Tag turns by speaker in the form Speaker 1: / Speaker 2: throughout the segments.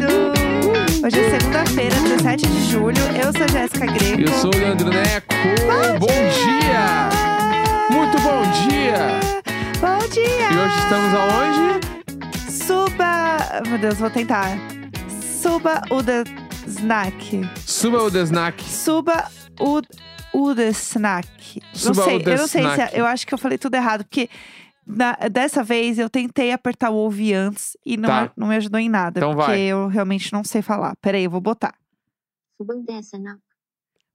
Speaker 1: um Hoje é segunda-feira, 17 de julho. Eu sou Jéssica Greco.
Speaker 2: Eu sou o Leandro Neco. Bom dia! Muito bom dia!
Speaker 1: Bom dia!
Speaker 2: E hoje estamos aonde?
Speaker 1: Suba. Meu Deus, vou tentar. Suba o de snack.
Speaker 2: Suba o Desnac.
Speaker 1: Suba o. O de snack.
Speaker 2: Suba
Speaker 1: não sei,
Speaker 2: o de
Speaker 1: eu não sei se. é,
Speaker 2: snack.
Speaker 1: Eu acho que eu falei tudo errado, porque na- dessa vez eu tentei apertar o ouvir antes e não,
Speaker 2: Tá.
Speaker 1: não me ajudou em nada.
Speaker 2: Então
Speaker 1: porque
Speaker 2: vai.
Speaker 1: eu realmente não sei falar. Peraí, eu vou botar.
Speaker 3: Subandesanak,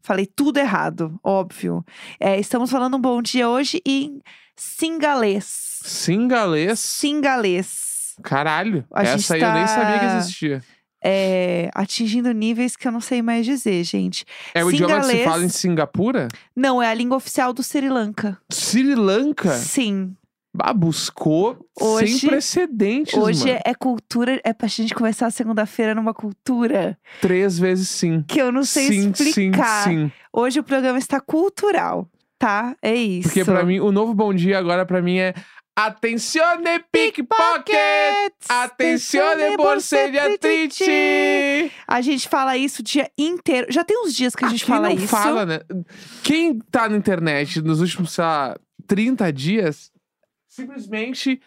Speaker 1: Falei tudo errado, óbvio. É, estamos falando um bom dia hoje em singalês.
Speaker 2: Singalês.
Speaker 1: Singalês.
Speaker 2: Caralho.
Speaker 1: A gente
Speaker 2: Essa aí eu nem
Speaker 1: tá-
Speaker 2: sabia que existia.
Speaker 1: É, atingindo níveis que eu não sei mais dizer, gente.
Speaker 2: É o idioma que se
Speaker 1: Singalês.
Speaker 2: fala em Singapura?
Speaker 1: Não, é a língua oficial do Sri Lanka.
Speaker 2: Sri Lanka?
Speaker 1: Sim.
Speaker 2: Ah, buscou
Speaker 1: Hoje-
Speaker 2: sem precedentes,
Speaker 1: Hoje
Speaker 2: mano.
Speaker 1: é cultura, é pra gente começar a segunda-feira numa cultura
Speaker 2: Três vezes sim.
Speaker 1: que eu é- não sei
Speaker 2: sim,
Speaker 1: explicar.
Speaker 2: sim, sim.
Speaker 1: Hoje o programa está cultural, tá? É isso.
Speaker 2: Porque pra mim, o novo bom dia agora pra mim é... Atencione pickpocket!
Speaker 1: Pockets,
Speaker 2: Atencione borseliatrite!
Speaker 1: A gente fala isso o dia inteiro. Já tem uns dias que a gente
Speaker 2: Ah, Quem
Speaker 1: fala
Speaker 2: não
Speaker 1: isso.
Speaker 2: fala, né? Quem tá na internet nos últimos, sei lá, 30 dias, simplesmente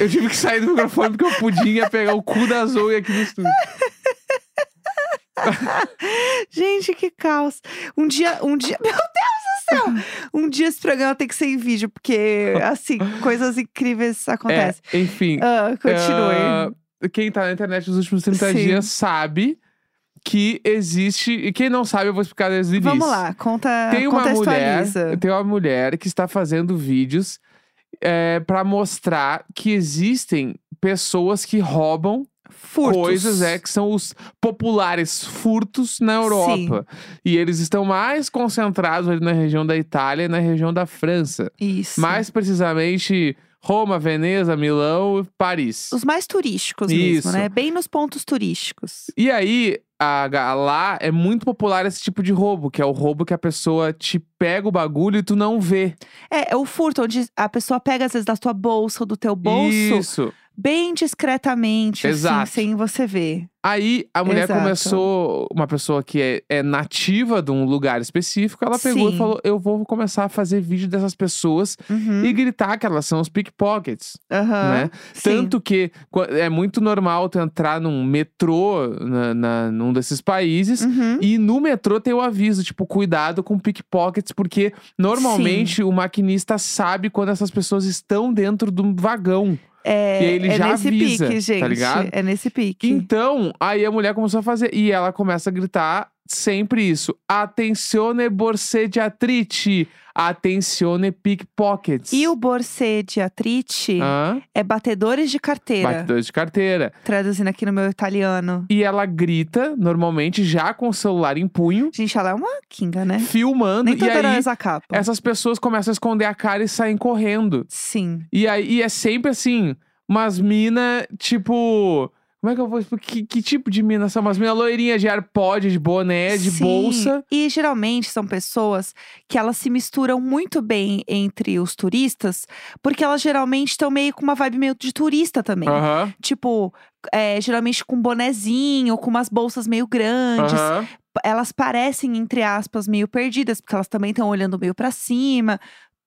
Speaker 2: eu tive que sair do microfone porque eu podia pegar o cu da Zoe aqui no estúdio.
Speaker 1: Gente, que caos. Um dia, um dia, meu Deus do céu! Um dia esse programa tem que ser em vídeo, porque, assim, coisas incríveis
Speaker 2: É,
Speaker 1: acontecem.
Speaker 2: enfim.
Speaker 1: Ah, continue.
Speaker 2: ah, quem tá na internet nos últimos 30
Speaker 1: Sim.
Speaker 2: dias sabe que existe. E quem não sabe, eu vou explicar desde o início.
Speaker 1: Vamos lá, conta,
Speaker 2: tem uma mulher,
Speaker 1: contextualiza.
Speaker 2: tem uma mulher que está fazendo vídeos é, para mostrar que existem pessoas que roubam
Speaker 1: Furtos.
Speaker 2: coisas é que são os populares furtos na Europa e eles estão mais concentrados ali na região da Itália e na região da França
Speaker 1: Isso.
Speaker 2: mais precisamente Roma Veneza Milão e Paris
Speaker 1: Os mais turísticos
Speaker 2: Isso.
Speaker 1: mesmo, né? Bem nos pontos turísticos.
Speaker 2: E aí, a, ga- lá é muito popular esse tipo de roubo, que é o roubo que a pessoa te pega o bagulho e tu não vê.
Speaker 1: É, é o furto, onde a pessoa pega, às vezes, da tua bolsa ou do teu bolso,
Speaker 2: Isso.
Speaker 1: bem discretamente, assim,
Speaker 2: Exato.
Speaker 1: sem você ver.
Speaker 2: Aí a mulher
Speaker 1: Exato.
Speaker 2: começou, uma pessoa que é, é nativa de um lugar específico, ela pegou e
Speaker 1: Sim.
Speaker 2: falou: Eu vou começar a fazer vídeo dessas pessoas
Speaker 1: Uhum.
Speaker 2: e gritar que elas são os pickpockets.
Speaker 1: Aham.
Speaker 2: né?
Speaker 1: Ah, Sim.
Speaker 2: Tanto que qu- é muito normal tu entrar num metrô, na, na- num desses países,
Speaker 1: Uhum.
Speaker 2: E no metrô tem o aviso, tipo, cuidado com pickpockets, porque normalmente o maquinista sabe quando essas pessoas estão dentro do vagão.
Speaker 1: É,
Speaker 2: E aí ele
Speaker 1: é
Speaker 2: já
Speaker 1: nesse
Speaker 2: avisa, tá
Speaker 1: pique, gente.
Speaker 2: ligado?
Speaker 1: É nesse pique.
Speaker 2: Então, aí a mulher começou a fazer. E ela começa a gritar sempre isso: Atencione borsediatrite, atencione pickpockets.
Speaker 1: E o Borsê de Atrite
Speaker 2: Hã?
Speaker 1: é batedores de carteira,
Speaker 2: Batedores de carteira.
Speaker 1: traduzindo aqui no meu italiano.
Speaker 2: E ela grita, normalmente, já com o celular em punho,
Speaker 1: Gente, ela é uma kinga, né?
Speaker 2: filmando.
Speaker 1: Nem
Speaker 2: E
Speaker 1: toda
Speaker 2: aí,
Speaker 1: nós a capa.
Speaker 2: essas pessoas começam a esconder a cara e saem correndo.
Speaker 1: Sim.
Speaker 2: E aí e é sempre assim, umas mina, tipo. Como é que eu vou explicar? Que, que tipo de mina são? Umas mina loirinha de AirPod, de boné, é de
Speaker 1: Sim.
Speaker 2: bolsa.
Speaker 1: E geralmente são pessoas que elas se misturam muito bem entre os turistas, porque elas geralmente estão meio com uma vibe meio de turista também.
Speaker 2: Aham.
Speaker 1: Tipo, é, geralmente com bonezinho, com umas bolsas meio grandes.
Speaker 2: aham.
Speaker 1: elas parecem, entre aspas, meio perdidas, porque elas também estão olhando meio pra cima.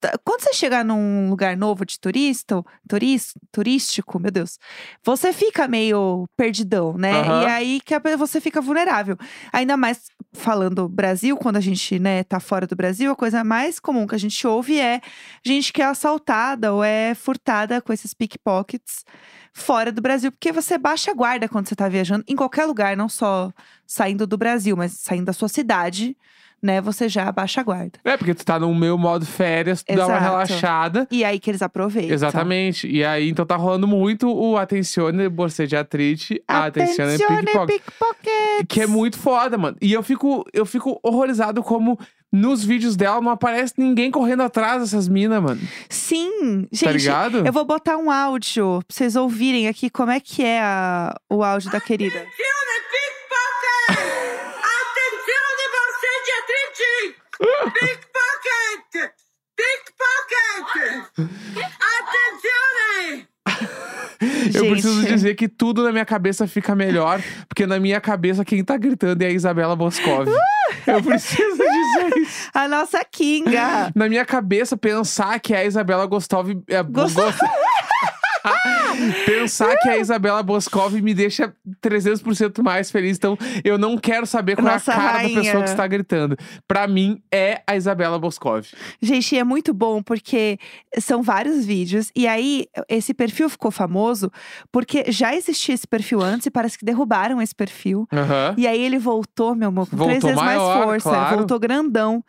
Speaker 1: T- Quando você chegar num lugar novo de turista, turis, turístico, meu Deus, você fica meio perdidão, né?
Speaker 2: Aham.
Speaker 1: E aí que a pe- você fica vulnerável. Ainda mais falando Brasil, quando a gente, né, tá fora do Brasil, a coisa mais comum que a gente ouve é gente que é assaltada ou é furtada com esses pickpockets fora do Brasil, porque você baixa a guarda quando você tá viajando em qualquer lugar, não só saindo do Brasil, mas saindo da sua cidade, né, você já baixa a guarda.
Speaker 2: É, porque tu tá no meu modo férias, tu dá uma
Speaker 1: Exato.
Speaker 2: relaxada.
Speaker 1: E aí que eles aproveitam.
Speaker 2: Exatamente. E aí, então tá rolando muito o Atencione Borsediatrite, Atencione
Speaker 1: Atencione
Speaker 2: Pickpocket.
Speaker 1: pickpockets.
Speaker 2: Que é muito foda, mano. E eu fico, eu fico horrorizado como nos vídeos dela não aparece ninguém correndo atrás dessas minas, mano.
Speaker 1: Sim, gente,
Speaker 2: tá ligado?
Speaker 1: eu vou botar um áudio pra vocês ouvirem aqui como é que é a- o áudio da querida.
Speaker 4: Attenzione pickpocket! Attenzione borseggiatrici! Pickpocket! Pickpocket! Attenzione!
Speaker 1: gente,
Speaker 2: eu preciso
Speaker 1: gente.
Speaker 2: dizer que tudo na minha cabeça fica melhor, porque na minha cabeça quem tá gritando é a Isabela Boscov. eu preciso dizer isso.
Speaker 1: A nossa Kinga.
Speaker 2: Na minha cabeça, pensar que a Isabela Gostov. É,
Speaker 1: Gostov.
Speaker 2: Pensar que a Isabela Boscov me deixa 300% mais feliz. Então, eu não quero saber qual
Speaker 1: Nossa
Speaker 2: é a cara
Speaker 1: rainha.
Speaker 2: da pessoa que está gritando. Pra mim, é a Isabela Boscov.
Speaker 1: Gente, é muito bom porque são vários vídeos. E aí, esse perfil ficou famoso porque já existia esse perfil antes e parece que derrubaram esse perfil.
Speaker 2: Aham.
Speaker 1: E aí ele voltou, meu amor, com três
Speaker 2: Voltou
Speaker 1: vezes mais
Speaker 2: maior,
Speaker 1: força.
Speaker 2: claro.
Speaker 1: Voltou grandão.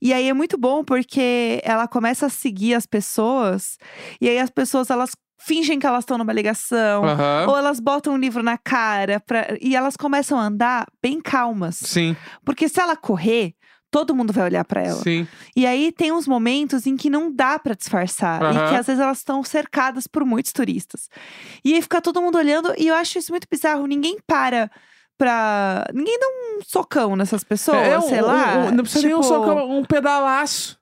Speaker 1: E aí é muito bom porque ela começa a seguir as pessoas. E aí as pessoas, elas fingem que elas estão numa ligação.
Speaker 2: Aham.
Speaker 1: Ou elas botam um livro na cara pra- e elas começam a andar bem calmas.
Speaker 2: Sim,
Speaker 1: Porque se ela correr, todo mundo vai olhar pra ela.
Speaker 2: sim.
Speaker 1: E aí tem uns momentos em que não dá pra disfarçar. E
Speaker 2: Aham.
Speaker 1: que às vezes elas estão cercadas por muitos turistas. E aí fica todo mundo olhando e eu acho isso muito bizarro. Ninguém para pra. Ninguém dá um socão nessas pessoas,
Speaker 2: É, um-
Speaker 1: sei
Speaker 2: um-
Speaker 1: lá.
Speaker 2: um- não precisa nem um
Speaker 1: tipo-
Speaker 2: socão, um pedalaço.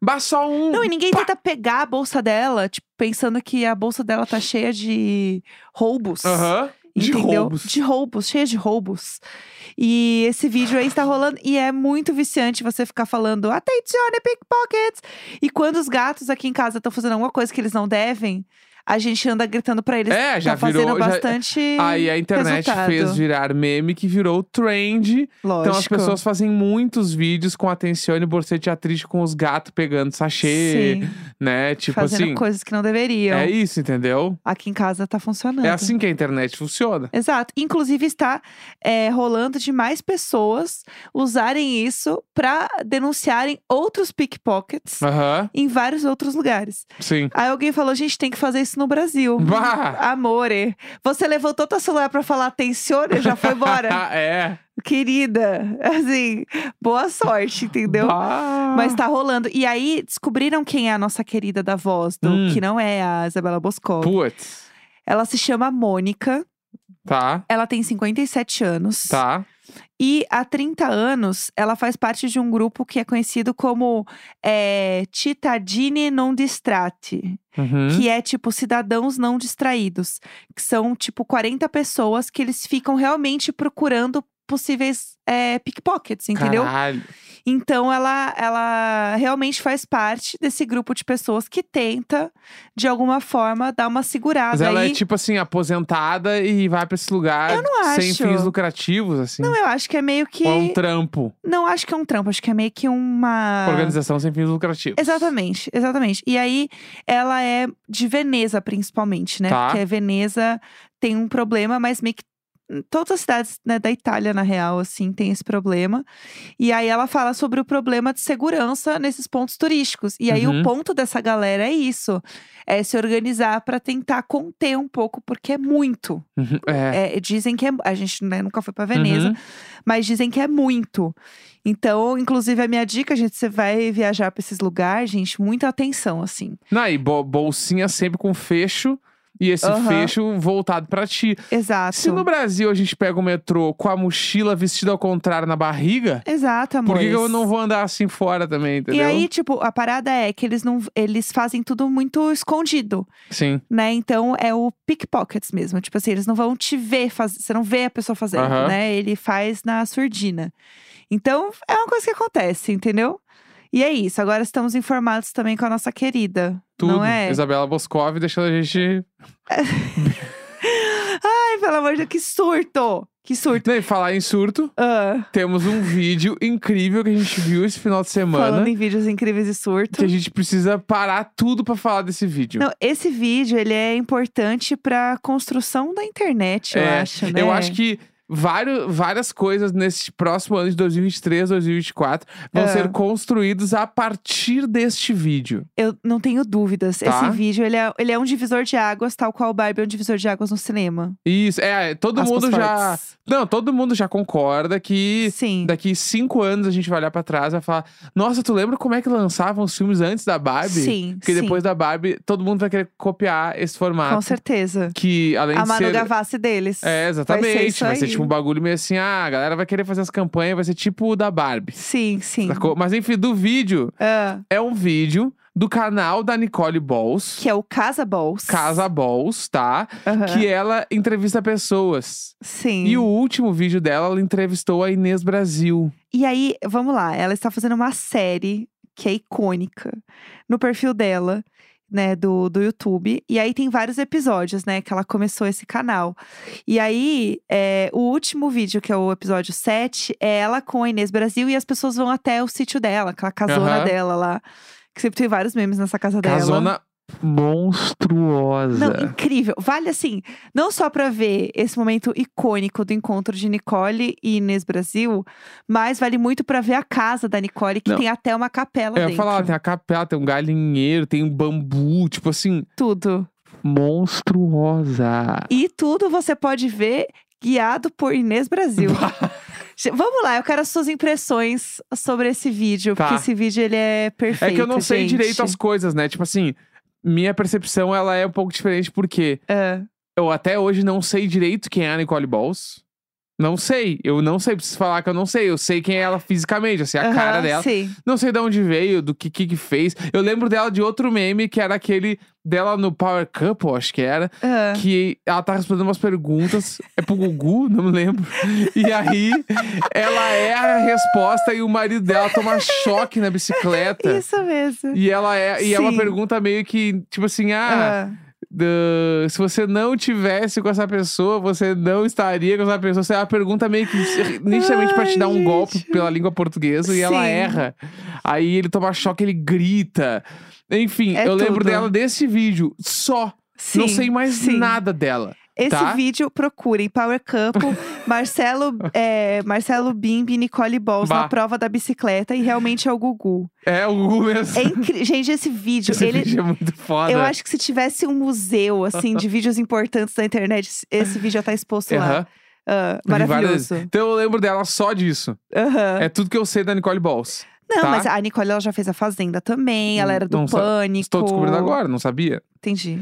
Speaker 2: Bah, só um.
Speaker 1: Não, e ninguém
Speaker 2: Pá!
Speaker 1: tenta pegar a bolsa dela, tipo, pensando que a bolsa dela tá cheia de roubos.
Speaker 2: Aham. De
Speaker 1: entendeu?
Speaker 2: roubos.
Speaker 1: De roubos, cheia de roubos. E esse vídeo aí está rolando. E é muito viciante você ficar falando Attenzione, pickpockets! E quando os gatos aqui em casa estão fazendo alguma coisa que eles não devem, a gente anda gritando pra eles.
Speaker 2: É, já
Speaker 1: tá fazendo
Speaker 2: virou- já-
Speaker 1: bastante
Speaker 2: Aí a internet
Speaker 1: resultado.
Speaker 2: fez virar meme que virou trend.
Speaker 1: Lógico.
Speaker 2: Então as pessoas fazem muitos vídeos com Atencione Borsete atriz com os gatos pegando sachê,
Speaker 1: Sim,
Speaker 2: né? Tipo
Speaker 1: fazendo
Speaker 2: assim.
Speaker 1: coisas que não deveriam.
Speaker 2: É isso, entendeu?
Speaker 1: Aqui em casa tá funcionando.
Speaker 2: É assim que a internet funciona.
Speaker 1: Exato. Inclusive, está é, rolando de mais pessoas usarem isso pra denunciarem outros pickpockets
Speaker 2: Aham,
Speaker 1: em vários outros lugares.
Speaker 2: sim.
Speaker 1: Aí alguém falou: gente, tem que fazer isso no Brasil.
Speaker 2: Bah!
Speaker 1: Amore, você levantou teu celular pra falar atencione, já foi embora.
Speaker 2: é.
Speaker 1: Querida, assim, boa sorte, entendeu?
Speaker 2: Bah!
Speaker 1: Mas tá rolando. E aí, descobriram quem é a nossa querida da voz, do,
Speaker 2: Hum.
Speaker 1: que não é a Isabela Boscov.
Speaker 2: Putz.
Speaker 1: Ela se chama Mônica,
Speaker 2: Tá,
Speaker 1: ela tem 57 anos.
Speaker 2: tá.
Speaker 1: E há 30 anos, ela faz parte de um grupo que é conhecido como é, Cittadini Non Distrati.
Speaker 2: Uhum.
Speaker 1: que é tipo cidadãos não distraídos, que são tipo 40 pessoas que eles ficam realmente procurando possíveis é, pickpockets, entendeu?
Speaker 2: Caralho.
Speaker 1: Então ela, ela realmente faz parte desse grupo de pessoas que tenta, de alguma forma, dar uma segurada
Speaker 2: Mas ela
Speaker 1: aí.
Speaker 2: é tipo assim, aposentada e vai pra esse lugar
Speaker 1: Eu não
Speaker 2: sem
Speaker 1: acho.
Speaker 2: fins lucrativos, assim.
Speaker 1: Não, eu acho que é meio que.
Speaker 2: Ou é um trampo.
Speaker 1: Não acho que é um trampo, acho que é meio que uma.
Speaker 2: Organização sem fins lucrativos.
Speaker 1: Exatamente, exatamente. E aí, ela é de Veneza, principalmente, né?
Speaker 2: Tá.
Speaker 1: Porque Veneza tem um problema, mas meio que todas as cidades né, da Itália, na real, assim, tem esse problema. E aí, ela fala sobre o problema de segurança nesses pontos turísticos. E aí, o
Speaker 2: Uhum.
Speaker 1: ponto dessa galera é isso: é se organizar pra tentar conter um pouco, porque é muito.
Speaker 2: Uhum, É.
Speaker 1: É, dizem que é. A gente né, nunca foi pra Veneza,
Speaker 2: Uhum.
Speaker 1: mas dizem que é muito. Então, inclusive, a minha dica, gente, você vai viajar pra esses lugares, gente, muita atenção, assim.
Speaker 2: Não, e bo- bolsinha sempre com fecho. E esse
Speaker 1: Aham.
Speaker 2: fecho voltado pra ti.
Speaker 1: Exato.
Speaker 2: Se no Brasil a gente pega o metrô com a mochila vestida ao contrário na barriga,
Speaker 1: Exato, amor.
Speaker 2: por que, que eu não vou andar assim fora também, entendeu?
Speaker 1: E aí, tipo, a parada é que eles não, eles fazem tudo muito escondido,
Speaker 2: Sim.
Speaker 1: né? Então é o pickpockets mesmo, tipo assim, eles não vão te ver fazer, você não vê a pessoa fazendo,
Speaker 2: Aham.
Speaker 1: né? Ele faz na surdina. Então é uma coisa que acontece, entendeu? E é isso. Agora estamos informados também com a nossa querida,
Speaker 2: Tudo.
Speaker 1: não é?
Speaker 2: Isabela Boscov deixando a gente.
Speaker 1: Ai, pelo amor de Deus, que surto! Que surto!
Speaker 2: Nem Né, falar em surto.
Speaker 1: Ah,
Speaker 2: Temos um vídeo incrível que a gente viu esse final de semana.
Speaker 1: falando em vídeos incríveis e surto.
Speaker 2: Que a gente precisa parar tudo pra falar desse vídeo.
Speaker 1: Não, esse vídeo, ele é importante pra construção da internet, eu
Speaker 2: É,
Speaker 1: acho, né?
Speaker 2: Eu acho que vários, várias coisas nesse próximo ano de 2023, 2024 vão
Speaker 1: Ah.
Speaker 2: ser construídos a partir deste vídeo.
Speaker 1: Eu não tenho dúvidas.
Speaker 2: Tá.
Speaker 1: Esse víeo, ele é, ele é um divisor de águas, tal qual o Barbie é um divisor de águas no cinema.
Speaker 2: Isso, é, todo
Speaker 1: Aspas
Speaker 2: mundo já.
Speaker 1: fortes.
Speaker 2: Não, todo mundo já concorda que
Speaker 1: Sim.
Speaker 2: daqui cinco anos a gente vai olhar pra trás e vai falar: Nossa, tu lembra como é que lançavam os filmes antes da Barbie?
Speaker 1: Sim,
Speaker 2: Porque
Speaker 1: sim.
Speaker 2: depois da Barbie, todo mundo vai querer copiar esse formato.
Speaker 1: Com certeza.
Speaker 2: Que além
Speaker 1: A
Speaker 2: de
Speaker 1: Manu
Speaker 2: ser.
Speaker 1: Gavassi deles.
Speaker 2: É, exatamente.
Speaker 1: Vai ser isso aí.
Speaker 2: tipo um bagulho meio assim: ah, a galera vai querer fazer as campanhas, vai ser tipo o da Barbie.
Speaker 1: Sim, sim.
Speaker 2: Sacou? Mas enfim, do vídeo,
Speaker 1: Ah,
Speaker 2: é um vídeo do canal da Nicole Balls.
Speaker 1: Que é o Casa Balls.
Speaker 2: Casa Balls, tá?
Speaker 1: Aham.
Speaker 2: Que ela entrevista pessoas.
Speaker 1: Sim.
Speaker 2: E o último vídeo dela, ela entrevistou a Inês Brasil.
Speaker 1: E aí, vamos lá, ela está fazendo uma série que é icônica no perfil dela, né, do, do YouTube. E aí tem vários episódios, né, que ela começou esse canal. E aí, é, o último vídeo, que é o episódio 7, é ela com a Inês Brasil e as pessoas vão até o sítio dela, aquela casona
Speaker 2: Aham.
Speaker 1: dela lá. Que sempre tem vários memes nessa casa dela.
Speaker 2: Casona monstruosa. é.
Speaker 1: Não, então, incrível. Vale assim, não só pra ver esse momento icônico do encontro de Nicole e Inês Brasil, mas vale muito pra ver a casa da Nicole, que
Speaker 2: Não.
Speaker 1: tem até uma capela
Speaker 2: eu ia
Speaker 1: dentro.
Speaker 2: falar, tem a capela, tem um galinheiro, tem um bambu, tipo assim,
Speaker 1: Tudo.
Speaker 2: monstruosa.
Speaker 1: E tudo você pode ver guiado por Inês Brasil. Gente, Vamos lá, eu quero as suas impressões sobre esse vídeo,
Speaker 2: Tá.
Speaker 1: porque esse vídeo ele é perfeito.
Speaker 2: É que eu não sei
Speaker 1: gente.
Speaker 2: direito as coisas, né? Tipo assim, minha percepção ela é um pouco diferente porque
Speaker 1: É.
Speaker 2: eu até hoje não sei direito quem é a Nicole Balls. Não sei, eu não sei, preciso falar que eu não sei. Eu sei quem é ela fisicamente, assim, a cara
Speaker 1: Aham,
Speaker 2: dela.
Speaker 1: Sim.
Speaker 2: Não sei de onde veio, do que, que que fez. Eu lembro dela de outro meme que era aquele dela no Power Couple, acho que era,
Speaker 1: Aham.
Speaker 2: que ela tá respondendo umas perguntas. É pro Gugu? Não me lembro. E aí ela erra a resposta e o marido dela toma choque na bicicleta.
Speaker 1: Isso mesmo.
Speaker 2: E ela é, e é uma
Speaker 1: Sim.
Speaker 2: pergunta meio que, tipo assim, ah,
Speaker 1: Aham.
Speaker 2: dã, se você não tivesse com essa pessoa, você não estaria com essa pessoa. Essa é uma pergunta meio que nitidamente pra te
Speaker 1: Ai,
Speaker 2: dar um
Speaker 1: gente.
Speaker 2: golpe pela língua portuguesa e ela
Speaker 1: Sim.
Speaker 2: erra. Aí ele toma choque, ele grita. Enfim,
Speaker 1: É
Speaker 2: eu lembro
Speaker 1: tudo.
Speaker 2: dela desse vídeo só.
Speaker 1: Sim,
Speaker 2: não sei mais
Speaker 1: sim.
Speaker 2: nada dela.
Speaker 1: Esse
Speaker 2: tá?
Speaker 1: vídeo, procurem Power Couple, Marcelo, é, Marcelo Bimbi e Nicole Balls
Speaker 2: Bah.
Speaker 1: na prova da bicicleta. E realmente é o Gugu.
Speaker 2: É o Gugu mesmo.
Speaker 1: É incri- Gente, esse vídeo,
Speaker 2: Esse
Speaker 1: ele...
Speaker 2: vídeo é muito foda.
Speaker 1: Eu acho que se tivesse um museu, assim, de vídeos importantes da internet, esse- esse vídeo já tá exposto lá.
Speaker 2: Aham.
Speaker 1: Ah,
Speaker 2: Vi várias
Speaker 1: maravilhoso.
Speaker 2: vezes. Então eu lembro dela só disso.
Speaker 1: Aham.
Speaker 2: É tudo que eu sei da Nicole Balls.
Speaker 1: Não,
Speaker 2: tá.
Speaker 1: mas a Nicole, ela já fez a Fazenda também. Ela
Speaker 2: Não-
Speaker 1: era do
Speaker 2: não sa-
Speaker 1: Pânico.
Speaker 2: Estou descobrindo agora, não sabia.
Speaker 1: Entendi.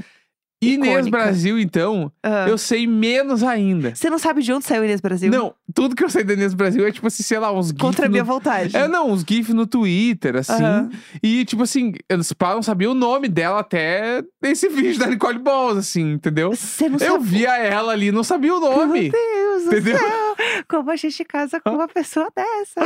Speaker 2: Inês
Speaker 1: Icônica.
Speaker 2: Brasil, então,
Speaker 1: Ah.
Speaker 2: eu sei menos ainda.
Speaker 1: Você não sabe de onde saiu Inês Brasil?
Speaker 2: Não, tudo que eu sei da Inês Brasil é tipo assim, sei lá, uns GIFs.
Speaker 1: Contra a minha
Speaker 2: no...
Speaker 1: vontade.
Speaker 2: É, não, uns GIFs no Twitter, assim.
Speaker 1: Aham.
Speaker 2: E, tipo assim, eu se pá, não sabia o nome dela até esse vídeo da Nicole Balls, assim, entendeu?
Speaker 1: Você não
Speaker 2: Eu
Speaker 1: sabe.
Speaker 2: via ela ali, não sabia o nome.
Speaker 1: Meu Deus do
Speaker 2: Entendeu?
Speaker 1: céu! Como a gente casa com uma pessoa dessa?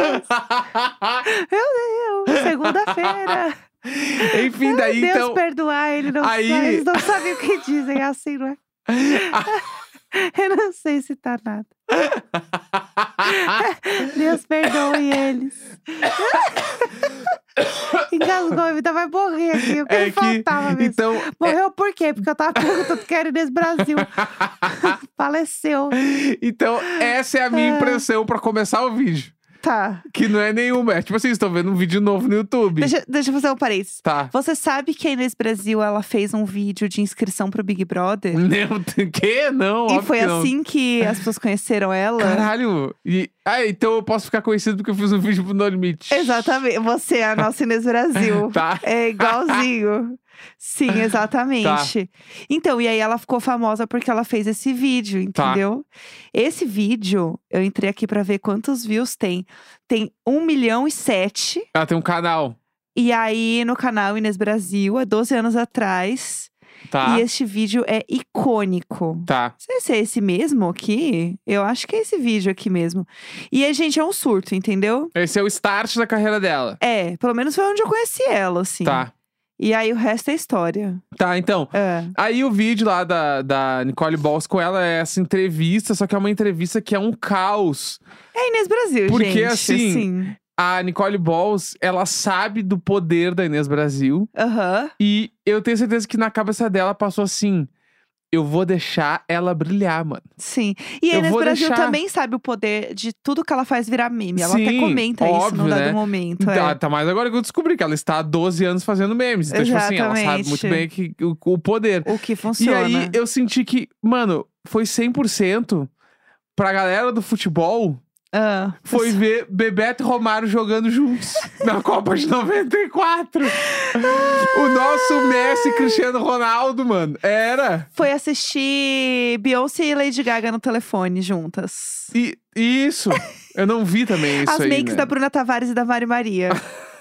Speaker 1: Meu Deus! Segunda-feira!
Speaker 2: Enfim, daí
Speaker 1: Deus
Speaker 2: então.
Speaker 1: perdoar, ele não,
Speaker 2: aí-
Speaker 1: sabe, eles não sabem o que dizem, assim, não é? Eu não sei se tá nada. Deus perdoe eles. Engasgou, a vida vai morrer aqui. O que
Speaker 2: É
Speaker 1: ele
Speaker 2: que-
Speaker 1: faltava mesmo?
Speaker 2: então,
Speaker 1: Morreu por quê? Porque eu tava perguntando que era Inês Brasil. Faleceu.
Speaker 2: então, essa é a
Speaker 1: Ah.
Speaker 2: minha impressão pra começar o vídeo.
Speaker 1: Tá.
Speaker 2: Que não é nenhuma. É tipo assim, estão vendo um vídeo novo no YouTube.
Speaker 1: Deixa, deixa eu fazer um parênteses.
Speaker 2: Tá.
Speaker 1: Você sabe que a Inês Brasil ela fez um vídeo de inscrição pro Big Brother?
Speaker 2: Não, que? Não,
Speaker 1: E
Speaker 2: Hum, óbvio
Speaker 1: foi
Speaker 2: que não.
Speaker 1: assim que as pessoas conheceram ela?
Speaker 2: Caralho! E, ah, então eu posso ficar conhecido porque eu fiz um vídeo pro No Limite.
Speaker 1: Exatamente. Você é a nossa Inês Brasil.
Speaker 2: Tá?
Speaker 1: É igualzinho. Sim, exatamente. Então, e aí ela ficou famosa porque ela fez esse vídeo,
Speaker 2: Tá.
Speaker 1: entendeu? Esse vídeo, eu entrei aqui pra ver quantos views tem. Tem 1 milhão e 7.
Speaker 2: Ela tem um canal.
Speaker 1: E aí, no canal Inês Brasil, há 12 anos atrás.
Speaker 2: Tá.
Speaker 1: E este vídeo é icônico.
Speaker 2: Tá.
Speaker 1: Não sei se é esse mesmo aqui. Eu acho que é esse vídeo aqui mesmo. E a gente é um surto, entendeu?
Speaker 2: Esse é o start da carreira dela.
Speaker 1: É, pelo menos foi onde eu conheci ela, assim.
Speaker 2: Tá.
Speaker 1: E aí o resto é história.
Speaker 2: Tá, então.
Speaker 1: É.
Speaker 2: Aí o vídeo lá da, da Nicole Balls com ela é essa entrevista, só que é uma entrevista que é um caos.
Speaker 1: É Inês Brasil,
Speaker 2: Porque,
Speaker 1: gente.
Speaker 2: assim,
Speaker 1: assim,
Speaker 2: A Nicole Balls, ela sabe do poder da Inês Brasil.
Speaker 1: Aham.
Speaker 2: E eu tenho certeza que na cabeça dela passou assim: eu vou deixar ela brilhar, mano.
Speaker 1: Sim. E a
Speaker 2: Eu
Speaker 1: Inês
Speaker 2: vou
Speaker 1: Brasil
Speaker 2: deixar-
Speaker 1: também sabe o poder de tudo que ela faz virar meme. Ela até
Speaker 2: Sim,
Speaker 1: comenta isso
Speaker 2: óbvio,
Speaker 1: num dado
Speaker 2: né?
Speaker 1: momento. é.
Speaker 2: Tá, tá mais agora que eu descobri que ela está há 12 anos fazendo memes. Então, tipo assim, ela sabe muito bem
Speaker 1: Exatamente.
Speaker 2: que, o, o poder.
Speaker 1: O que
Speaker 2: E
Speaker 1: funciona.
Speaker 2: aí eu senti que, mano, foi 100% pra galera do futebol.
Speaker 1: Ah.
Speaker 2: Foi ver Bebeto e Romário jogando juntos na Copa de 94. o nosso Messi e Cristiano Ronaldo, mano. Era.
Speaker 1: Foi assistir Beyoncé e Lady Gaga no telefone juntas.
Speaker 2: E, e isso. Eu não vi também isso
Speaker 1: As
Speaker 2: aí.
Speaker 1: makes
Speaker 2: né?
Speaker 1: da Bruna Tavares e da Mari Maria.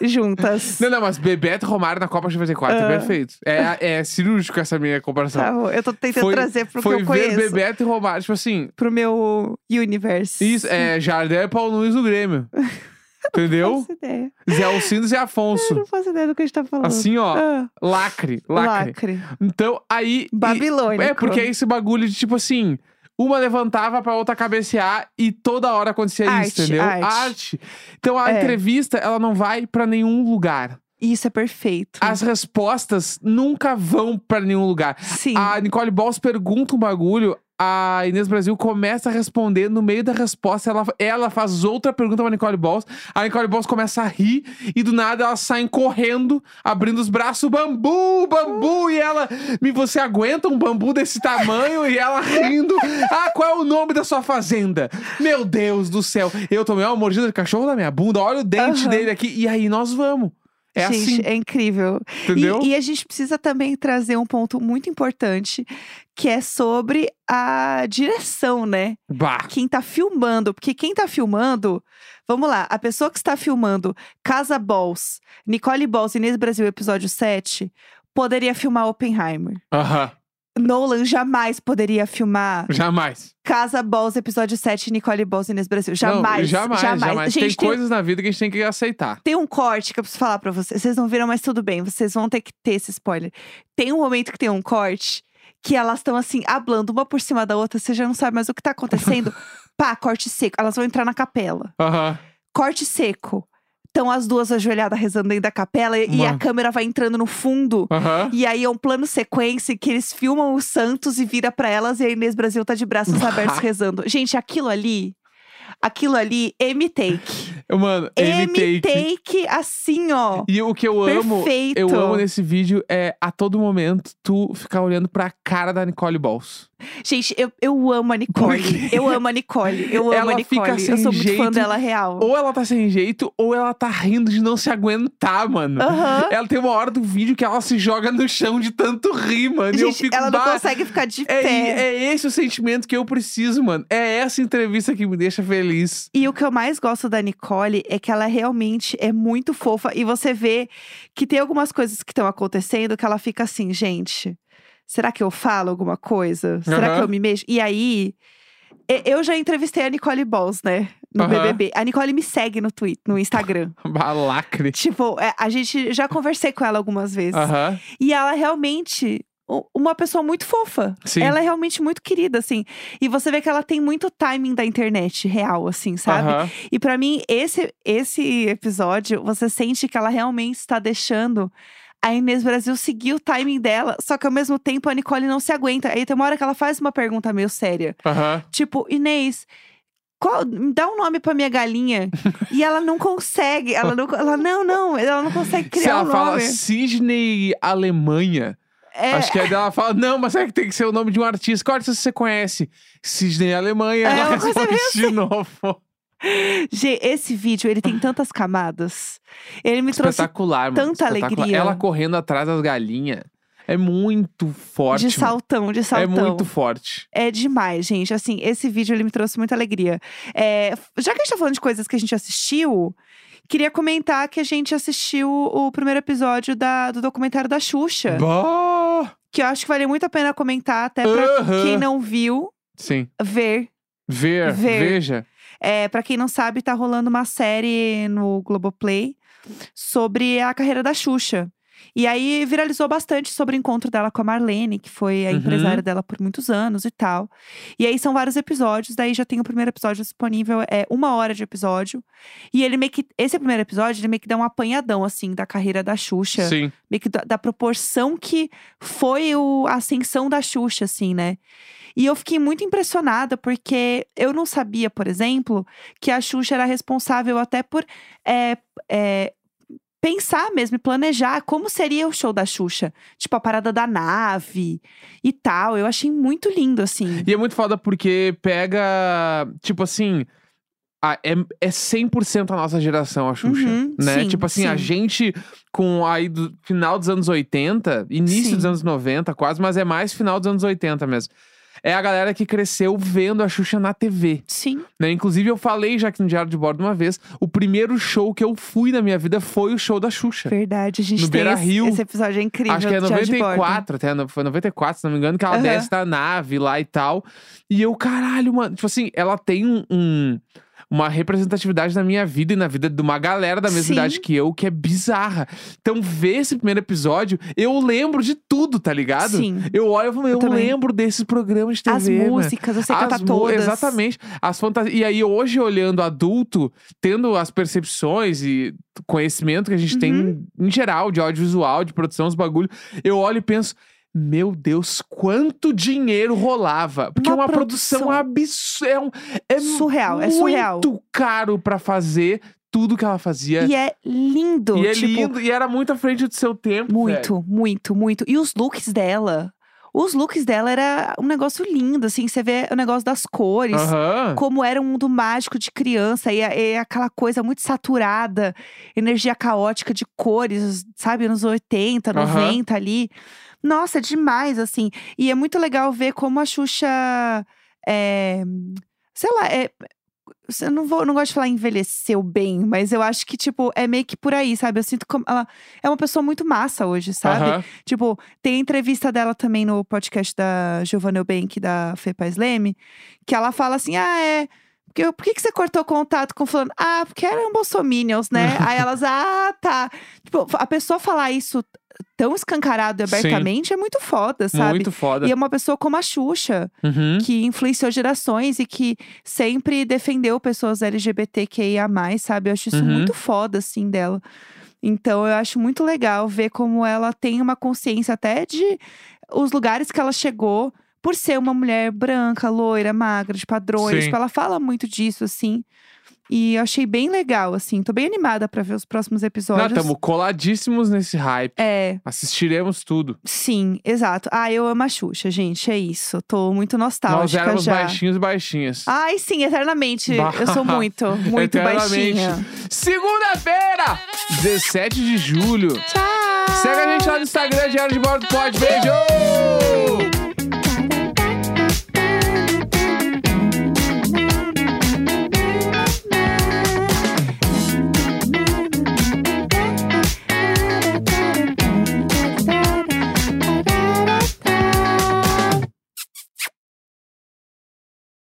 Speaker 1: juntas.
Speaker 2: Não, não, mas Bebeto e Romário na Copa de 94
Speaker 1: Ah.
Speaker 2: é perfeito. É, é cirúrgico essa minha comparação.
Speaker 1: Tá bom, eu tô tentando
Speaker 2: Foi-
Speaker 1: trazer pro que
Speaker 2: Foi
Speaker 1: eu
Speaker 2: ver
Speaker 1: conheço.
Speaker 2: Bebeto e Romário, tipo assim,
Speaker 1: Pro meu universo.
Speaker 2: isso, é Jardel e Paulo Nunes do Grêmio.
Speaker 1: Não
Speaker 2: Entendeu?
Speaker 1: faço ideia.
Speaker 2: Zé Alcides e
Speaker 1: Eu
Speaker 2: Afonso.
Speaker 1: não faço ideia do que a gente tá falando.
Speaker 2: Assim, ó,
Speaker 1: Ah,
Speaker 2: lacre, lacre.
Speaker 1: lacre.
Speaker 2: Então, aí. e-
Speaker 1: Babilônico.
Speaker 2: É, porque é esse bagulho de tipo assim. Uma levantava pra outra cabecear e toda hora acontecia
Speaker 1: Arte,
Speaker 2: isso, entendeu?
Speaker 1: arte.
Speaker 2: Então a
Speaker 1: É.
Speaker 2: entrevista, ela não vai pra nenhum lugar.
Speaker 1: Isso é perfeito.
Speaker 2: As respostas nunca vão pra nenhum lugar.
Speaker 1: Sim.
Speaker 2: A Nicole Balls pergunta um bagulho, a Inês Brasil começa a responder, no meio da resposta, ela, ela faz outra pergunta pra Nicole Balls, a Nicole Balls começa a rir, e do nada elas saem correndo, abrindo os braços, bambu, bambu, e ela, me você aguenta um bambu desse tamanho? E ela rindo, ah, qual é o nome da sua fazenda? Meu Deus do céu, eu tomei uma mordida de cachorro na minha bunda, olha o dente
Speaker 1: Aham.
Speaker 2: dele aqui, e aí nós vamos. É
Speaker 1: gente,
Speaker 2: assim,
Speaker 1: é incrível. E-
Speaker 2: entendeu?
Speaker 1: E, a gente precisa também trazer um ponto muito importante, que é sobre a direção, né?
Speaker 2: Bah,
Speaker 1: Quem tá filmando. Porque quem tá filmando, vamos lá, a pessoa que está filmando Casa Balls, Nicole Balls, Inês Brasil, episódio 7, poderia filmar Oppenheimer.
Speaker 2: aham,
Speaker 1: Nolan jamais poderia filmar
Speaker 2: jamais.
Speaker 1: Casa Balls, episódio 7, Nicole Balls, Inês Brasil. Jamais.
Speaker 2: Não, jamais, jamais.
Speaker 1: Gente, um,
Speaker 2: tem coisas na vida que a gente tem que aceitar.
Speaker 1: Tem um corte que eu preciso falar pra vocês. Vocês não viram, mas tudo bem. Vocês vão ter que ter esse spoiler. Tem um momento que tem um corte que elas estão assim, hablando uma por cima da outra. Você já não sabe mais o que tá acontecendo. Pá, corte seco. Elas vão entrar na capela.
Speaker 2: Aham.
Speaker 1: Corte seco. Estão as duas ajoelhadas rezando dentro da capela e, e a
Speaker 2: Mano.
Speaker 1: câmera vai entrando no fundo.
Speaker 2: Aham.
Speaker 1: E aí é um plano sequência em que eles filmam o Santos e vira pra elas e a Inês Brasil tá de braços abertos rezando. Gente, aquilo ali, aquilo ali, M-take.
Speaker 2: Mano, M-Take.
Speaker 1: M-take assim, ó.
Speaker 2: E o que eu amo,
Speaker 1: Perfeito.
Speaker 2: eu amo nesse vídeo é a todo momento tu ficar olhando pra cara da Nicole Balls.
Speaker 1: Gente, eu, eu amo a Nicole.
Speaker 2: Por quê?
Speaker 1: Eu amo a Nicole. Eu amo
Speaker 2: Ela
Speaker 1: a Nicole.
Speaker 2: fica assim, sem
Speaker 1: eu sou muito fã
Speaker 2: jeito.
Speaker 1: dela real.
Speaker 2: Ou ela tá sem jeito, ou ela tá rindo de não se aguentar, mano.
Speaker 1: Aham.
Speaker 2: Ela tem uma hora do vídeo que ela se joga no chão de tanto rir, mano. e eu
Speaker 1: Gente,
Speaker 2: fico,
Speaker 1: ela não
Speaker 2: "Bah,
Speaker 1: consegue ficar de
Speaker 2: é,
Speaker 1: pé.
Speaker 2: é esse o sentimento que eu preciso, mano. É essa entrevista que me deixa feliz.
Speaker 1: E o que eu mais gosto da Nicole é que ela realmente é muito fofa. E você vê que tem algumas coisas que estão acontecendo que ela fica assim, gente. Será que eu falo alguma coisa? Será que
Speaker 2: Aham.
Speaker 1: eu me mexo? E aí, e- eu já entrevistei a Nicole Balls, né? No
Speaker 2: Aham.
Speaker 1: BBB. A Nicole me segue no Twitter, no Instagram.
Speaker 2: Balacre.
Speaker 1: tipo, é, a gente já conversei com ela algumas vezes.
Speaker 2: Aham.
Speaker 1: E ela realmente. u- Uma pessoa muito fofa.
Speaker 2: Sim.
Speaker 1: Ela é realmente muito querida, assim. E você vê que ela tem muito timing da internet real, assim, sabe?
Speaker 2: Aham.
Speaker 1: E pra mim, esse, esse episódio, você sente que ela realmente está deixando a Inês Brasil seguir o timing dela, só que ao mesmo tempo a Nicole não se aguenta. Aí tem uma hora que ela faz uma pergunta meio séria,
Speaker 2: Aham.
Speaker 1: tipo, Inês. Qual, me dá um nome pra minha galinha. e ela não consegue. Ela não, ela, não, não, ela não consegue
Speaker 2: Se
Speaker 1: criar
Speaker 2: ela
Speaker 1: um
Speaker 2: fala
Speaker 1: nome.
Speaker 2: Sidney Alemanha,
Speaker 1: É,
Speaker 2: acho que aí ela fala, não, mas é que tem que ser o nome de um artista. Qual artista você conhece? Sidney Alemanha.
Speaker 1: É,
Speaker 2: ela
Speaker 1: uma coisa
Speaker 2: responde de novo.
Speaker 1: Gê, esse vídeo, ele tem tantas camadas. Ele me trouxe
Speaker 2: espetacular, mano.
Speaker 1: tanta
Speaker 2: espetacular.
Speaker 1: alegria.
Speaker 2: Ela correndo atrás das galinhas. É muito
Speaker 1: de
Speaker 2: forte. mano.
Speaker 1: saltão, de
Speaker 2: É
Speaker 1: saltão.
Speaker 2: muito forte.
Speaker 1: É demais, gente. Assim, esse vídeo ele me trouxe muita alegria. É, f- já que a gente tá falando de coisas que a gente assistiu, queria comentar que a gente assistiu o primeiro episódio da- do documentário da Xuxa.
Speaker 2: Bah!
Speaker 1: Que eu acho que vale muito a pena comentar, até pra
Speaker 2: Aham.
Speaker 1: quem não viu,
Speaker 2: Sim.
Speaker 1: ver.
Speaker 2: Ver,
Speaker 1: Ver.
Speaker 2: veja.
Speaker 1: É, pra quem não sabe, tá rolando uma série no Globoplay sobre a carreira da Xuxa. E aí viralizou bastante sobre o encontro dela com a Marlene, que foi a
Speaker 2: Uhum.
Speaker 1: empresária dela por muitos anos e tal. E aí são vários episódios, daí já tem o primeiro episódio disponível, é uma hora de episódio. E ele meio que. Esse primeiro episódio, ele meio que dá um apanhadão, assim, da carreira da Xuxa
Speaker 2: Sim.
Speaker 1: meio que da, da proporção que foi o- a ascensão da Xuxa, assim, né? E eu fiquei muito impressionada, porque eu não sabia, por exemplo, que a Xuxa era responsável até por é, é, pensar mesmo e planejar como seria o show da Xuxa. Tipo, a parada da nave e tal. Eu achei muito lindo, assim.
Speaker 2: E é muito foda porque pega, tipo assim, a- é, é 100% a nossa geração, a Xuxa.
Speaker 1: Uhum,
Speaker 2: né?
Speaker 1: sim,
Speaker 2: tipo assim, a
Speaker 1: sim.
Speaker 2: gente com aí do final dos anos 80, início
Speaker 1: Sim.
Speaker 2: dos anos 90 quase, mas é mais final dos anos 80 mesmo. é a galera que cresceu vendo a Xuxa na TV.
Speaker 1: Sim.
Speaker 2: né? Inclusive, eu falei já aqui no Diário de Bordo uma vez: o primeiro show que eu fui na minha vida foi o show da Xuxa.
Speaker 1: Verdade, a gente
Speaker 2: No
Speaker 1: tem
Speaker 2: Beira
Speaker 1: esse,
Speaker 2: Rio.
Speaker 1: esse episódio é incrível.
Speaker 2: Acho que é
Speaker 1: do Diário de Bordo.
Speaker 2: 94, até, no- foi 94, se não me engano, que ela
Speaker 1: Aham.
Speaker 2: desce da nave lá e tal. E eu, caralho, mano, tipo assim, ela tem um- um- uma representatividade na minha vida e na vida de uma galera da mesma
Speaker 1: Sim.
Speaker 2: idade que eu, que é bizarra. Então, ver esse primeiro episódio, eu lembro de tudo, tá ligado?
Speaker 1: Sim.
Speaker 2: Eu olho e falo, eu,
Speaker 1: também.
Speaker 2: lembro desses programas de TV.
Speaker 1: As
Speaker 2: mano."
Speaker 1: músicas, eu sei
Speaker 2: As
Speaker 1: cantar
Speaker 2: mu-
Speaker 1: todas.
Speaker 2: Exatamente. As fantasias. E aí, hoje, olhando adulto, tendo as percepções e conhecimento que a gente
Speaker 1: Uhum.
Speaker 2: tem em geral, de audiovisual, de produção, os bagulho, eu olho e penso. Meu Deus, quanto dinheiro rolava. Porque
Speaker 1: Uma
Speaker 2: é uma produção,
Speaker 1: produção.
Speaker 2: absurda. É, um, é
Speaker 1: Surreal, é
Speaker 2: muito
Speaker 1: surreal.
Speaker 2: caro pra fazer tudo que ela fazia.
Speaker 1: E é lindo.
Speaker 2: E é
Speaker 1: tipo,
Speaker 2: lindo, e era muito à frente do seu tempo. velho.
Speaker 1: Muito, muito, muito. E os looks dela. Os looks dela era um negócio lindo, assim. Você vê o negócio das cores.
Speaker 2: Aham.
Speaker 1: Como era um mundo mágico de criança, e, a- e é aquela coisa muito saturada, energia caótica de cores, sabe, anos 80,
Speaker 2: Aham.
Speaker 1: 90 ali. Nossa, é demais, assim. E é muito legal ver como a Xuxa. é, sei lá, é, eu não, vou, não gosto de falar envelheceu bem, mas eu acho que, tipo, é meio que por aí, sabe? Eu sinto como. Ela é uma pessoa muito massa hoje, sabe?
Speaker 2: Aham.
Speaker 1: Tipo, tem a entrevista dela também no podcast da Giovanna Eubank, e da Fepa Leme, que ela fala assim: ah, é. Por que, por que, que você cortou contato com fulano? Ah, porque eram bolsominions, né? Aí elas, ah, tá. Tipo, a pessoa falar isso tão escancarado e
Speaker 2: Sim.
Speaker 1: abertamente é muito foda, sabe?
Speaker 2: Muito foda.
Speaker 1: E é uma pessoa como a Xuxa,
Speaker 2: Uhum.
Speaker 1: que influenciou gerações e que sempre defendeu pessoas LGBTQIA, sabe? Eu acho isso
Speaker 2: Uhum.
Speaker 1: muito foda, assim, dela. Então, eu acho muito legal ver como ela tem uma consciência até de os lugares que ela chegou por ser uma mulher branca, loira, magra, de padrões.
Speaker 2: Sim.
Speaker 1: Tipo, ela fala muito disso, assim. E eu achei bem legal, assim. Tô bem animada pra ver os próximos
Speaker 2: Não,
Speaker 1: episódios.
Speaker 2: estamos coladíssimos nesse hype.
Speaker 1: É,
Speaker 2: Assistiremos tudo.
Speaker 1: sim, exato. Ah, eu amo a Xuxa, gente. É isso. Tô muito nostálgica
Speaker 2: Nós éramos
Speaker 1: Tá, já.
Speaker 2: baixinhos e baixinhas.
Speaker 1: Ai, sim, eternamente.
Speaker 2: Bah.
Speaker 1: Eu sou muito, muito
Speaker 2: Eternamente.
Speaker 1: baixinha.
Speaker 2: Segunda-feira, 17 de julho.
Speaker 1: Tchau!
Speaker 2: Segue a gente lá no Instagram, Diário de Bordo Pode. Beijo!